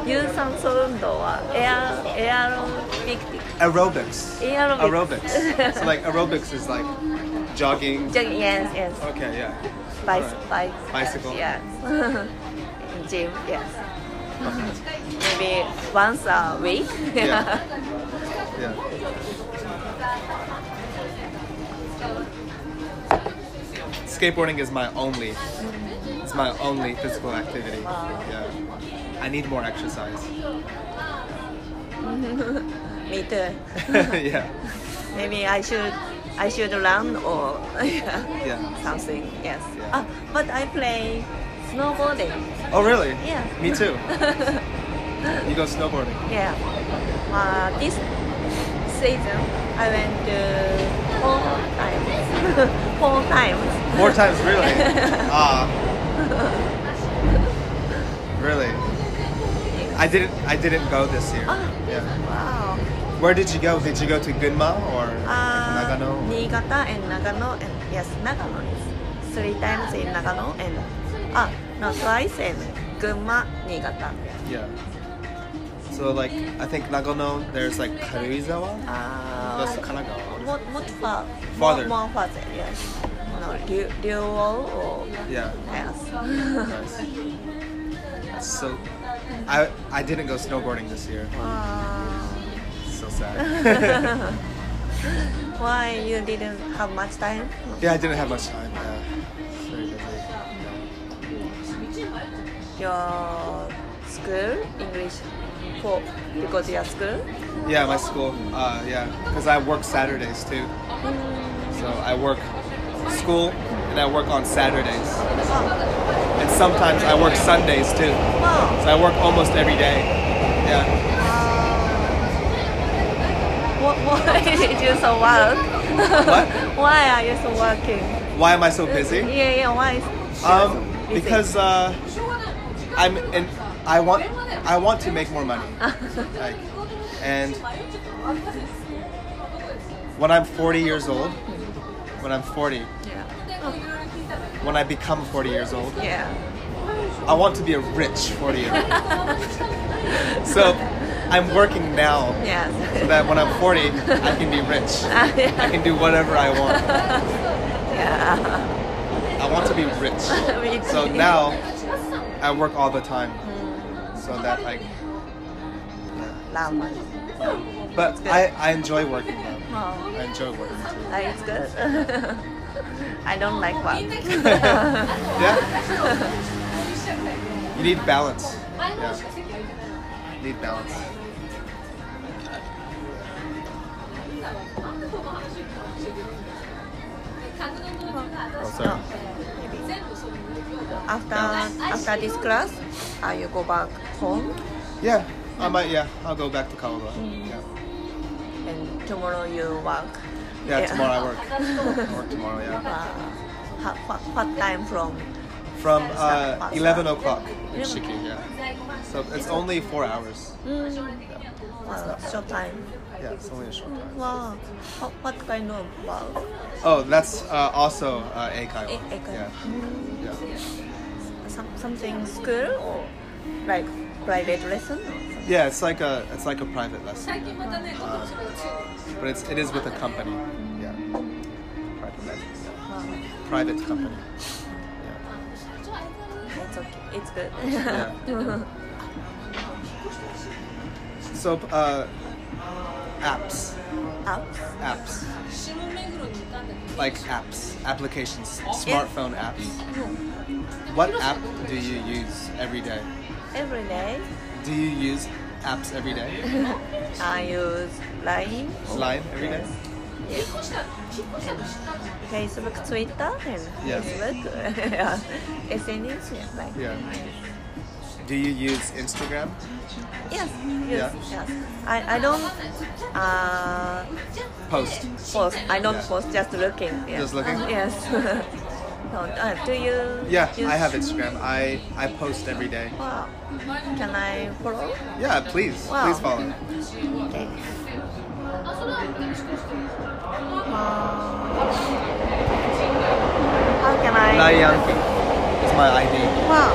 有酸素運動はエアエアロビクティ
Aerobics.
Aerobics.
Aerobics. so like aerobics is like jogging.
Jogging, yes, yes.
Okay, yeah.
Bicy-
Alright.
bike-
Bicycle.
Yes. Gym, yes. Maybe once a week.
Yeah. Yeah. Skateboarding is my only. It's my only physical activity. Yeah. I need more exercise.
Me too.
yeah.
Maybe I should I should run or
Yeah.
something. Yes.
Yeah.
Ah, but I play snowboarding.
Oh really?
Yeah.
Me too. You go snowboarding.
Yeah. Uh, this season I went to four times. four times.
Four times, really? Ah. really? I didn't. I didn't go this year.
Ah.
Yeah.
Wow.
Where did you go? Did you go to Gunma or
Uh,
Nagano?
Niigata and Nagano and yes, Nagano is three times in Nagano and ah no twice and Gunma, Niigata.
Yeah. So like, I think Nagano. There's like Karuizawa.
Uh,
That's Kanagawa.
what what far
Farther.
More, more farther, yes. No, Ryu Ryuo or
Yeah.
yes.
Nice. That's So, I I didn't go snowboarding this year. Oh,
Wow.
So sad.
Why you didn't have much time?
yeah, I didn't have much time. Yeah. Very busy. Yeah.
Your school English for because your school.
Yeah, my school. Uh, yeah, because I work Saturdays too. So I work school and I work on Saturdays,
Oh,
and sometimes I work Sundays too.
wow.
So I work almost every day. Yeah,
Wh- Why did you so work? why are you so working?
why am I so busy?
Yeah, yeah. Why?
Um,
Busy.
because uh, I'm and I want I want to make more money. Like, and when I'm 40 years old, when I'm 40,
Yeah.
when I become 40 years old,
Yeah.
I want to be a rich 40 year old. so I'm working now so
Yes.
that when I'm 40, I can be rich. I can do whatever I want.
yeah.
I want to be rich.
Me too.
So now I work all the time so that I.
Love money.
But I, I enjoy working though.
Oh,
I enjoy working too.
that is good. I don't like work.
Yeah? You need balance. Yeah. Need balance. Oh, sorry.
No. Maybe. After after this class, uh, you go back home
Yeah, I might. Yeah, I'll go back to Kawagoe. Yeah.
and tomorrow you work.
yeah, tomorrow I work. I work tomorrow. Yeah,
Uh, ha- what, what time from?
from uh, eleven o'clock in Shiki. Yeah, so it's only four hours.
Uh, short time.
Yeah, it's only a short
Mm.
time.
Wow. What, what kind of work?
Oh, that's uh, also uh, Eikai.
A- Eikai.
Yeah, yeah,
Some, something school or like private lesson? Or something?
yeah. It's like a it's like a private lesson, yeah. Uh, but it's it is with a company. Yeah, private lesson. yeah.
Wow.
Private company. Yeah.
It's okay. It's good.
Yeah. So uh, apps,
Up.
apps. like apps, applications, smartphone apps. What app do you use every day?
Every day
Do you use apps every day?
I use LINE,
Line every day?
Facebook, Twitter, and
Yeah.
Facebook, yeah. SNS, yeah, like
Yeah. Do you use Instagram?
yes,
Yeah.
yes, yes. I, I don't uh,
Post.
post. I don't
Yeah.
post. Just looking. Yeah. Uh-huh.
Just looking?
Yes. no, uh, do you?
Yeah,
use-
I have Instagram. I, I post every day.
Wow. Can I follow?
Yeah, please.
Wow.
Please follow.
Okay. how can I?
Nai Yankee is my ID.
Wow.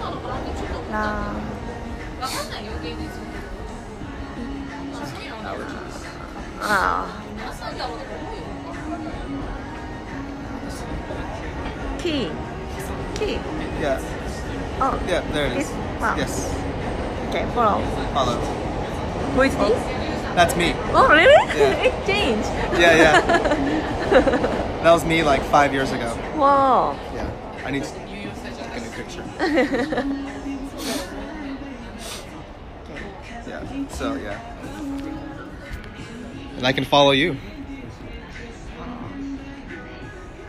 ラ
わかんないよ、芸術。そういうのね
あ
なんだろうとか思うよ。
ーキーキー
Yeah,
あ
yeah, there it is.
This one.
Yes,
Oh, Okay, follow.
follow.
Who is this?
That's me.
Oh, really?
Yeah.
it changed.
Yeah, yeah. That was me like five years ago.
wow.
Yeah, I need to get a picture. yeah, so yeah. And I can follow you.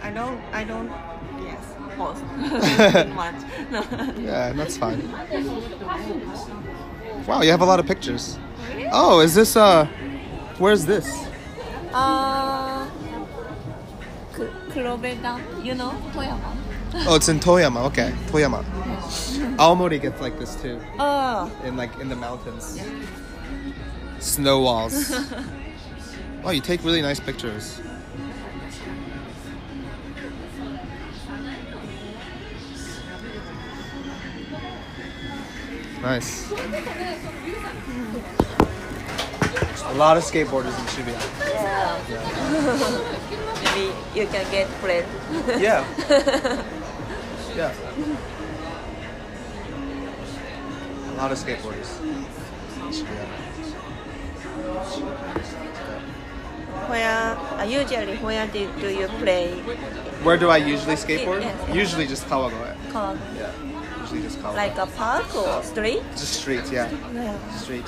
I don't, I don't, yes, post much. No.
Yeah, that's fine. Wow, you have a lot of pictures. Oh, is this uh where's this?
Uh, K- Kurobe-dam, you know, Toyama.
Oh, it's in Toyama. Okay, Toyama. Aomori gets like this too,
Oh,
in like in the mountains. Snow walls. wow, you take really nice pictures. Nice. A lot of skateboarders in Shibuya.
maybe you can get friend.
Yeah. yeah. A lot of skateboarders.
Where, uh, usually, where do, do you play
Where do I usually skateboard?
Yes, yes.
Usually just Kawagoe.
Kawagoe?
Yeah. Usually just Kawagoe.
Like a park or street?
just street, yeah.
Yeah.
Street.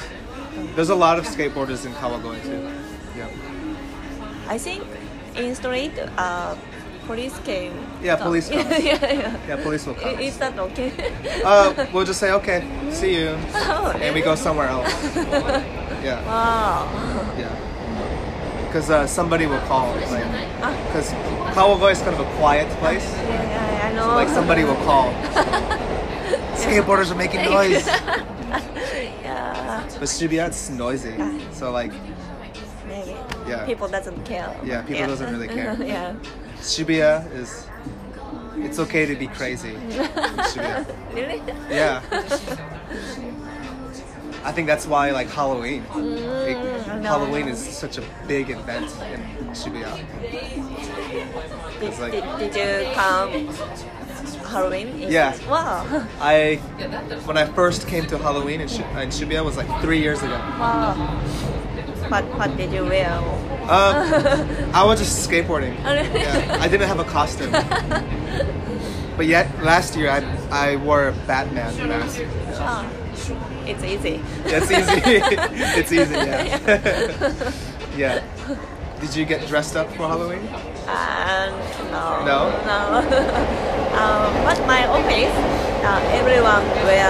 There's a lot of skateboarders in Kawagoe too. Yeah.
I think in street, uh, police came.
Yeah, police
yeah,
comes.
yeah, yeah.
Yeah, police will come.
I- Is that okay?
Uh, we'll just say okay, see you,
oh,
and we go somewhere else. Yeah.
Wow.
Yeah. Because uh, somebody will call.
Ah.
Because Kawagoe is kind of a quiet place.
Yeah, yeah, I know.
Like somebody will call. Skateboarders are making noise.
yeah,
But Shibuya, it's noisy. So like,
maybe.
Yeah.
People doesn't care.
Yeah, people doesn't really care.
yeah.
Shibuya is. It's okay to be crazy. in Shibuya.
Really?
Yeah. I think that's why like Halloween. Like,
no.
Halloween is such a big event in Shibuya.
Did,
It's like-
did, did you come Halloween? in-
Yeah.
Wow.
I when I first came to Halloween in, Shi in Shibuya was like three years ago.
Wow. What what did you wear?
Um, I was just skateboarding.
Oh, really?
Yeah, I didn't have a costume. but yet last year I I wore a Batman mask.
Ah, it's easy.
That's easy. it's easy. Yeah. yeah. Did you get dressed up for Halloween?
And no.
No?
um, but my office, uh, everyone wear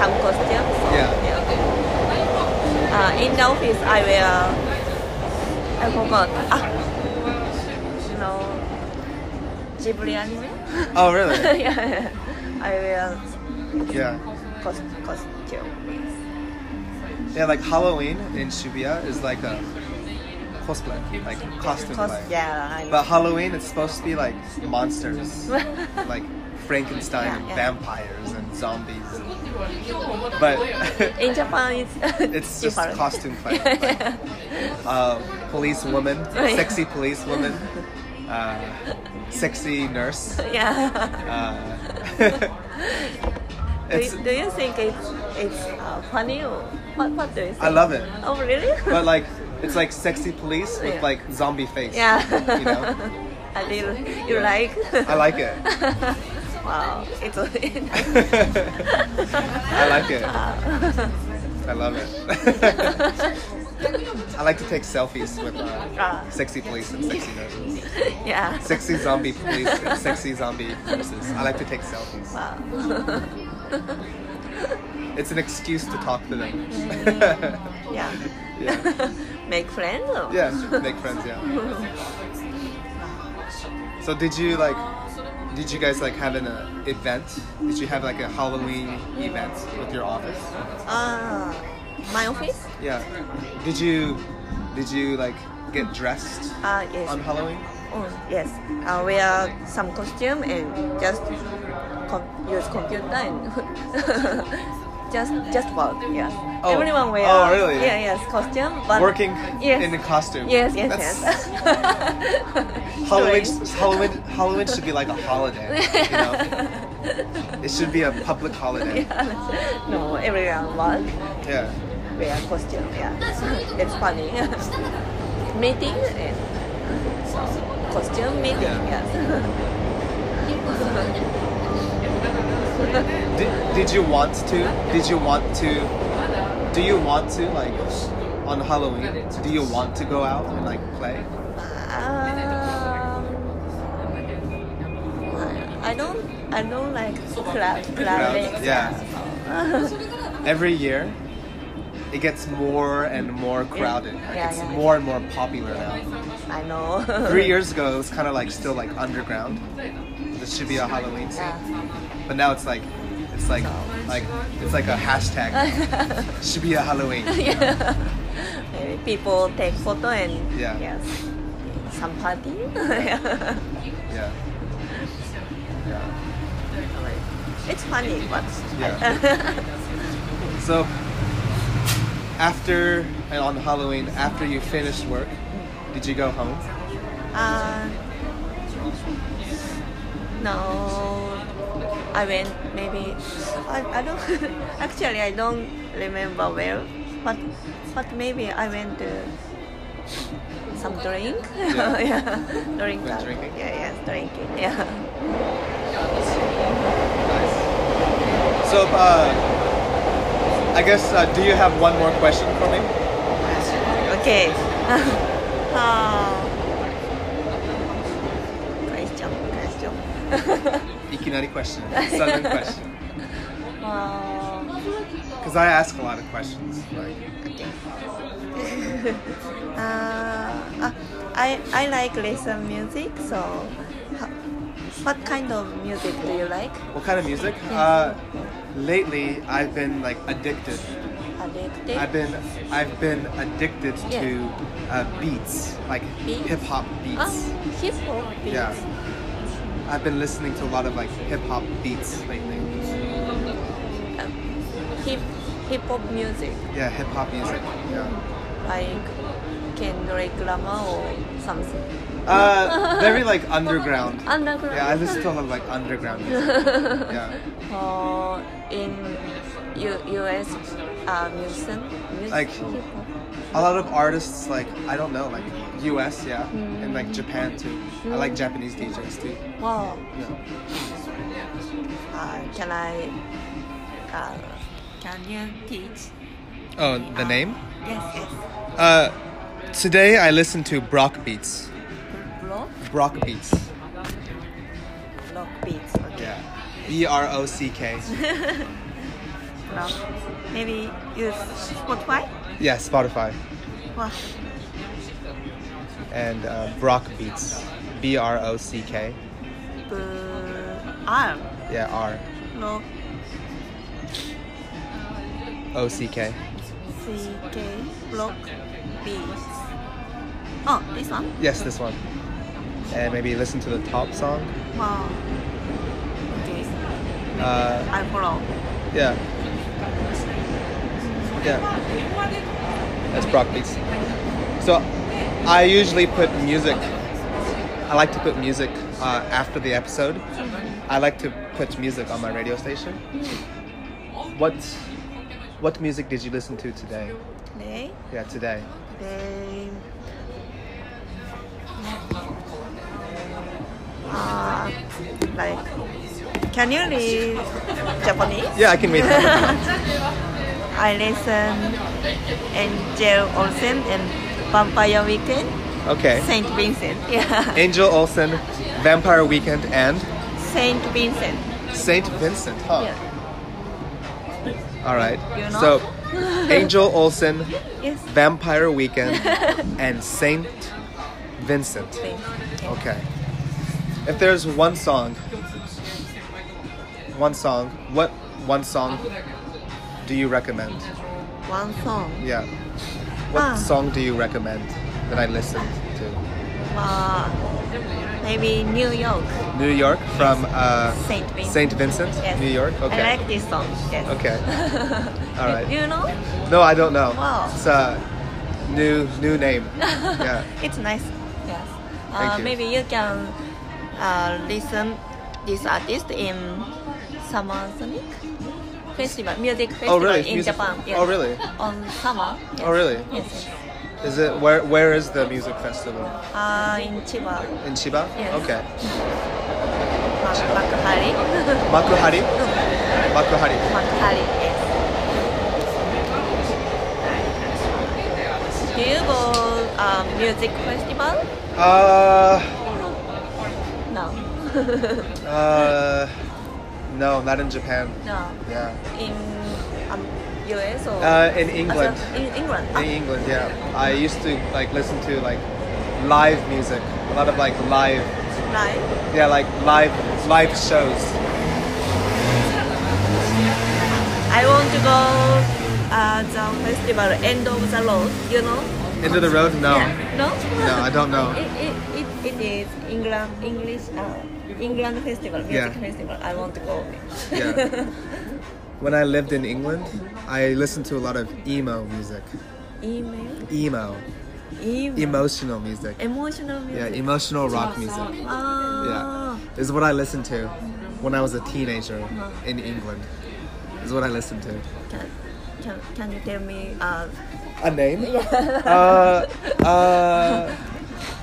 some costume. So,
Yeah.
Uh, in the office, I wear. I forgot. Ah. No. Ghibli anime.
Oh really?
yeah. I wear
Yeah.
cos- costume.
Yeah, like Halloween in Shibuya is like a cosplay, like costume
Cos-
play.
yeah, I know.
But Halloween, it's supposed to be like monsters, like Frankenstein and
Yeah, yeah.
vampires and zombies. And, but
in Japan, it's
it's just
different.
costume play. Like, uh, police woman,
yeah.
sexy police woman, uh, sexy nurse.
yeah.
Uh,
Do,
it's,
you- do you think it's it's uh, funny or what, what do you think?
I love it.
Oh really?
But like, it's like sexy police with
Yeah.
like zombie face.
yeah.
You know?
I little you
Yeah.
like?
I like it.
wow, it's uh,
I like it. I love it. I like to take selfies with uh,
Ah,
sexy police and sexy nurses.
yeah.
Sexy zombie police and sexy zombie nurses. I like to take selfies.
Wow.
It's an excuse to talk to them.
yeah.
yeah.
Make friends. Or?
Yeah, make friends, yeah. So did you like did you guys like have an uh, event? Did you have like a Halloween event with your office?
Ah, my office.
Yeah. Did you did you like get dressed
Ah yes.
on Halloween?
Mm, yes, I wear some costume and just com- use computer and just just work. Yes,
Oh.
everyone wear.
Oh, really?
Yeah, yes, costume. But
Working
Uh, Yes.
in a costume.
Yes, yes,
That's-
yes.
Halloween,
Doing.
Halloween, Halloween should be like a holiday. You know? It should be a public holiday.
no, everyone work.
Yeah.
Wear costume. Yeah, it's funny. meeting and costume meeting.
Yeah.
Yes.
Did, did you want to? Did you want to? Do you want to like on Halloween? Do you want to go out and like play?
Um, I don't, I don't like club, club
Crowd?
days.
Yeah. Every year, it gets more and more crowded. Like,
Yeah,
it's
yeah.
more and more popular now.
I know.
Three years ago, it was kind of like still like underground. This should be a Halloween scene,
Yeah.
but now it's like, it's like, like it's like a hashtag. should be a Halloween.
Yeah. Maybe people take photo and
Yeah.
yes, some party. Yeah.
Yeah. Yeah.
it's funny, but
So after and on Halloween, after you finished work, did you go home?
uh, no, I went maybe I, I don't actually I don't remember well, but but maybe I went to some drink.
Yeah.
drink.
Went
uh,
drinking?
Yeah, yes, drinking. Yeah.
Nice. So uh, I guess uh, do you have one more question for me?
Okay. Ah. question, question.
Ikinari question, sudden question.
Ah,
Because I ask a lot of questions. Like,
ah, ah, I I like listen music. So, ho- what kind of music do you like?
what kind of music? Uh, lately, I've been like addicted.
Addicted.
I've been I've been addicted to uh, beats, Oh. like
Beats?
hip hop beats.
ah, hip hop beats.
Yeah. I've been listening to a lot of like hip hop beats lately.
Hip hip hop music
Yeah, hip hop music. Yeah.
like Kendrick Lamar or something.
Uh, very like underground.
Underground.
Yeah, I listen to a lot of like underground music. Yeah.
or in U- US uh, musician, music
Like-
people.
A lot of artists like I don't know like U.S. Yeah, and like Japan too. I like Japanese DJs too.
Wow,
Yeah.
uh, can I? Uh, can you teach?
Oh, the name?
Yes, yes.
Uh, today I listened to Brock beats.
Block,
Brock beats.
block beats. Okay.
Yeah. B R O C K.
Block. Maybe use Spotify.
Yeah, Spotify
Wow.
and uh, Brock beats. B R O C K.
Uh, arm.
Yeah, R
No.
O C K.
C K. Block beats. Oh, this one.
Yes, this one. And maybe listen to the top song.
Wow. Okay.
Uh,
I follow.
yeah. Yeah. That's Brock Beats. So I usually put music. I like to put music uh, after the episode. I like to put music on my radio station. What what music did you listen to today?
Today.
Yeah, today.
Then, uh, like, can you read Japanese?
Yeah, I can read.
I listen Angel Olsen and Vampire Weekend,
Okay.
Saint Vincent. Yeah,
Angel Olsen, Vampire Weekend, and
Saint Vincent.
Saint Vincent. Huh.
Yeah.
All right.
You know?
So, Angel Olsen,
Yes.
Vampire Weekend, and Saint Vincent.
Vincent. Yeah.
Okay. If there's one song, one song, what one song do you recommend?
One song.
Yeah. What
Ah.
song do you recommend that I listen to?
Uh, Maybe New York,
New York from uh,
Saint Vincent.
Saint Vincent,
Yes.
New York. Okay.
I like this song. Yes.
Okay. All right.
You know?
No, I don't know.
Wow.
It's a new new name. yeah.
It's nice. Yes.
Thank
Uh,
you.
Maybe you can uh, listen this artist in Summer Sonic Festival, music festival
Oh, really?
in
Music-
Japan.
oh, really?
On summer. Yes.
Oh, really?
Yes. yes.
Is it where where is the music festival?
Uh, in Chiba,
In Chiba?
Yes.
Okay.
Mak- Makuhari.
Makuhari? Makuhari.
Makuhari, yes. Do you go um, music festival?
Uh,
No.
uh, no, not in Japan.
no.
Yeah.
in um, US or
Uh, in England.
Also, in England. Ah,
In England, yeah. I used to like listen to like live music. A lot of like live,
Ah, right.
yeah, like live live shows.
I want to go uh, the festival End of the Road. You know?
Into the road? No.
Yeah. No.
No, I don't know.
It, it, it, it is England English uh, England festival music
Yeah.
festival. I want to go.
Yeah. When I lived in England, I listened to a lot of emo music.
Email.
Emo,
Email.
emotional music.
Emotional
Yeah,
music.
emotional rock music.
Ah.
Yeah, Uh-huh. is what I listened to when I was a teenager in England. Is what I listened to.
Can, can, can you tell me? Uh,
A name? Uh, uh,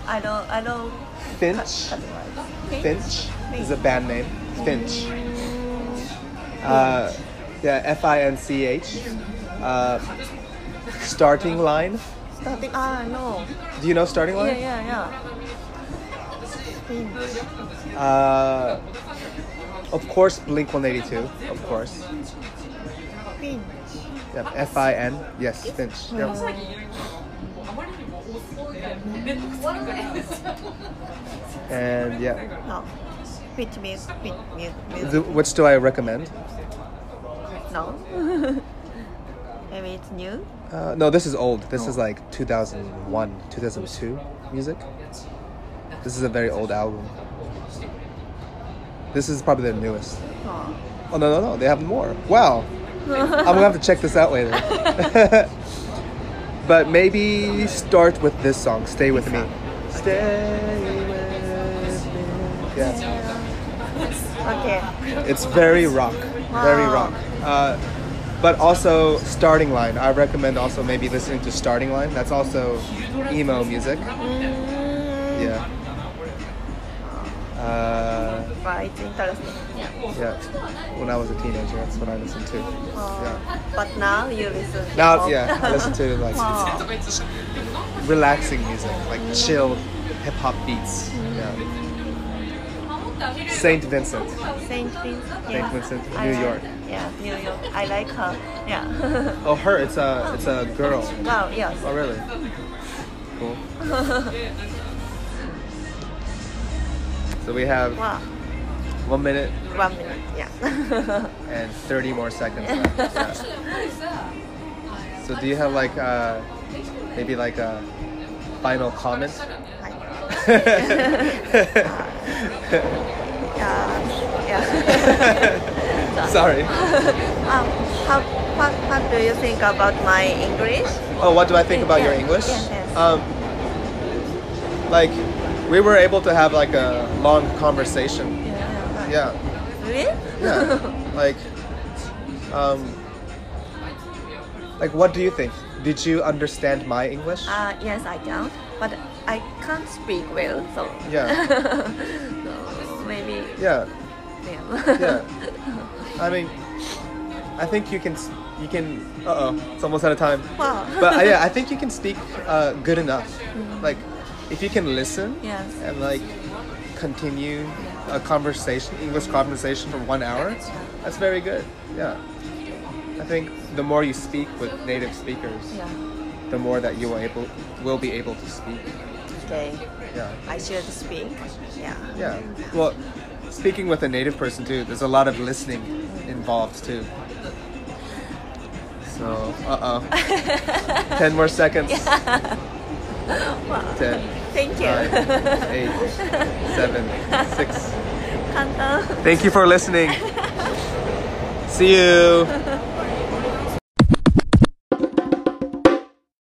I don't I don't.
Finch. Finch is a band name. Finch. Uh, yeah, F I N C H. Uh, starting line.
Starting. Ah no.
Do you know starting
Yeah
line?
yeah yeah.
Uh, of course, Blink 182. Of course. Yep, F I N. Yes, Finch. Yep. And yeah.
No. Which means which means
The, which do I recommend?
no. Maybe it's new.
Uh, no, this is old. This is like 2001, 2002 music. This is a very old album. This is probably their newest.
Oh.
Oh no no no! They have more. Wow, I'm gonna have to check this out later. but maybe start with this song. Stay with me. Stay with me. Yeah,
Okay.
it's very rock, very
Wow.
rock. Uh, but also starting line. I recommend also maybe listening to starting line. That's also emo music.
Mm,
Yeah. Uh,
But it's interesting.
yeah. When I was a teenager, that's what I listened to.
Oh.
Yeah.
But now you listen. Oh. to
Now,
pop.
yeah, I listen to like
Wow.
relaxing music, like chill hip hop beats. Yeah. Saint Vincent.
Saint Vincent.
Saint
yeah.
Vincent,
I
New
like-
York.
Yeah, New York. I like her. Yeah.
Oh, her. It's a it's a girl.
wow. Yes.
Oh, really? Cool. so we have
Wow.
one minute
One minute. Yeah.
and thirty more seconds left. Yeah. So do you have like uh, maybe like a final comment?
yeah. Yeah.
Sorry.
um, how, what, what do you think about my English?
Oh, what do I think about your
Yeah,
English?
yes, yes.
Um, like, we were able to have like a long conversation.
Yeah.
Yeah,
Really?
yeah. like, um, like, what do you think? Did you understand my English?
Uh, yes, I can, but I can't speak well, so.
Yeah.
so maybe.
Yeah,
Yeah.
yeah. I mean, I think you can. s- You can. Uh oh, it's almost out of time.
Wow. Mm-hmm.
But uh, yeah, I think you can speak uh, good enough. Like, if you can listen.
Yes.
and like continue a conversation, English conversation for one hour, that's very good. Yeah. I think the more you speak with native speakers,
Yeah.
the more that you will able will be able to speak.
Okay.
Yeah.
I should speak. Yeah.
Yeah. Well, speaking with a native person too, there's a lot of listening involved too. So, uh oh. Ten more seconds. Ten.
Thank you.
five, eight, seven, six.
簡単。
Thank you for listening. See you.